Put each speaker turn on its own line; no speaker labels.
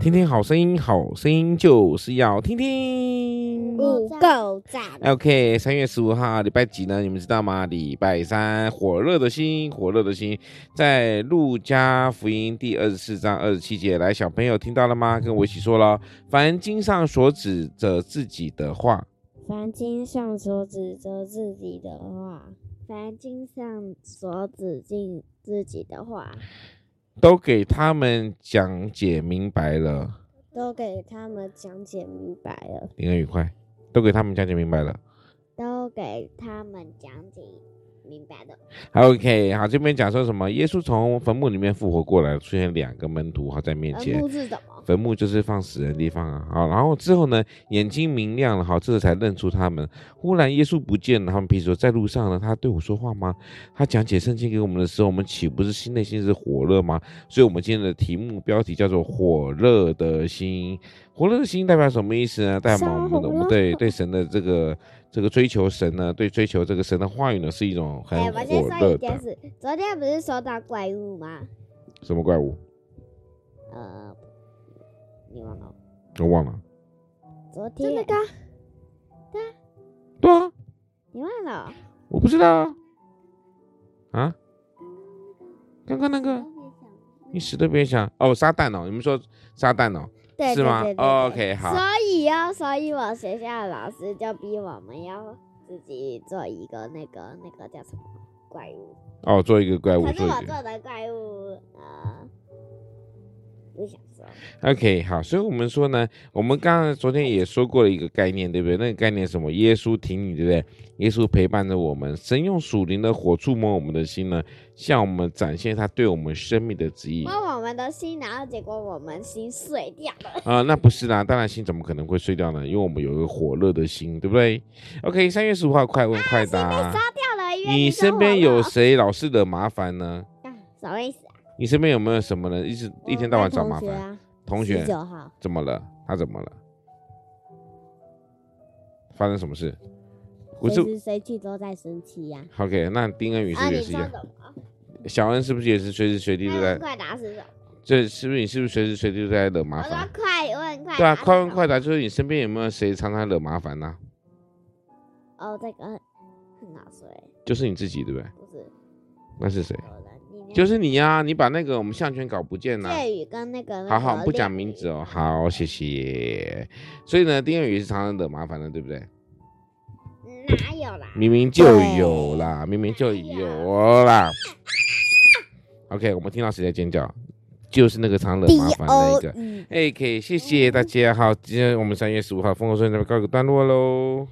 听听好声音，好声音就是要听听。
不够赞，
OK，三月十五号礼拜几呢？你们知道吗？礼拜三，火热的心，火热的心，在路加福音第二十四章二十七节。来，小朋友听到了吗？跟我一起说了哦，凡经上所指着自己的话，
凡经上所指责自己的话，凡经上所指定自己的话，
都给他们讲解明白了。
都给他们讲解明白了，
灵恩愉快，都给他们讲解明白了。
都给他们讲解明白呃了。
OK，好，这边讲说什么？耶稣从坟墓里面复活过来，出现两个门徒好在面前
坟。墓是什么？
坟墓就是放死人的地方啊。好，然后之后呢，眼睛明亮了，好，这才认出他们。忽然耶稣不见了，他们彼此说，在路上呢，他对我说话吗？他讲解圣经给我们的时候，我们岂不是心内心是火热吗？所以，我们今天的题目标题叫做“火热的心”。火热的心代表什么意思呢？代表我们的我们对对神的这个这个追求神呢，对追求这个神的话语呢，是一种很
哎，我先
火
说
热
一件
的
事，昨天不是收到怪物吗？
什么怪物？
呃，你忘了？
我忘了。
昨
就那
天
个啊
对啊，
你忘了？
我不知道啊。啊？刚刚那个。你死都别想哦，撒旦哦，你们说撒旦哦，
对
是
对
吗
对对
哦
对
OK，好
所以哦，所以我学校的老师就逼我们要自己做一个那个那个叫什么怪物，
哦，做一个怪物，
可是
做
我
一个
做的怪物呃，不想说，
，OK，好，所以我们说呢，我们刚刚昨天也说过了一个概念，对不对？那个概念是什么？耶稣挺你，对不对？耶稣陪伴着我们，神用属灵的火触摸我们的心呢，向我们展现他对我们生命的旨意。
摸我们的心，然后结果我们心碎掉了。
啊、那不是啦，当然心怎么可能会碎掉呢？因为我们有一个火热的心，对不对？OK，三月十五号快
啊
问快答，
掉了，因为
你
说
身边
我
有
了
谁老是惹麻烦呢？
啊什么意思啊？
你身边有没有什么人一直一天到晚找麻
我
烦？
们
同学
同学啊九号
怎么了？他怎么了？发生什么事？我是
随时随地都在生气呀、
OK，那丁恩宇是
啊，
不是
你
也是一
说
样
什？么？
小恩是不是也是随时随地
快
都
问
在？
快答是什么？
这是不是你是不是随时随地都在惹
我
麻
说
烦？
快问快答。
对啊，快问快。答，就是你身边有没有谁常常惹麻烦呢、
哦，这个很很好说欸，
就是你自己，对不对？
不是
那是谁？
有人，你那
就是你呀、你把那个我们项圈搞不见啊了、
粤语跟那个
好好，不讲名字哦。好，谢谢。所以呢，丁恩宇也是常常惹麻烦的，对不对？
哪有啦？
明明就有啦，明明就有啦。OK，我们听到谁在尖叫？就是那个常惹麻烦的一个。
嗯。
OK，谢谢大家。好，今天我们三月十五号《风和顺》这边告一个段落喽。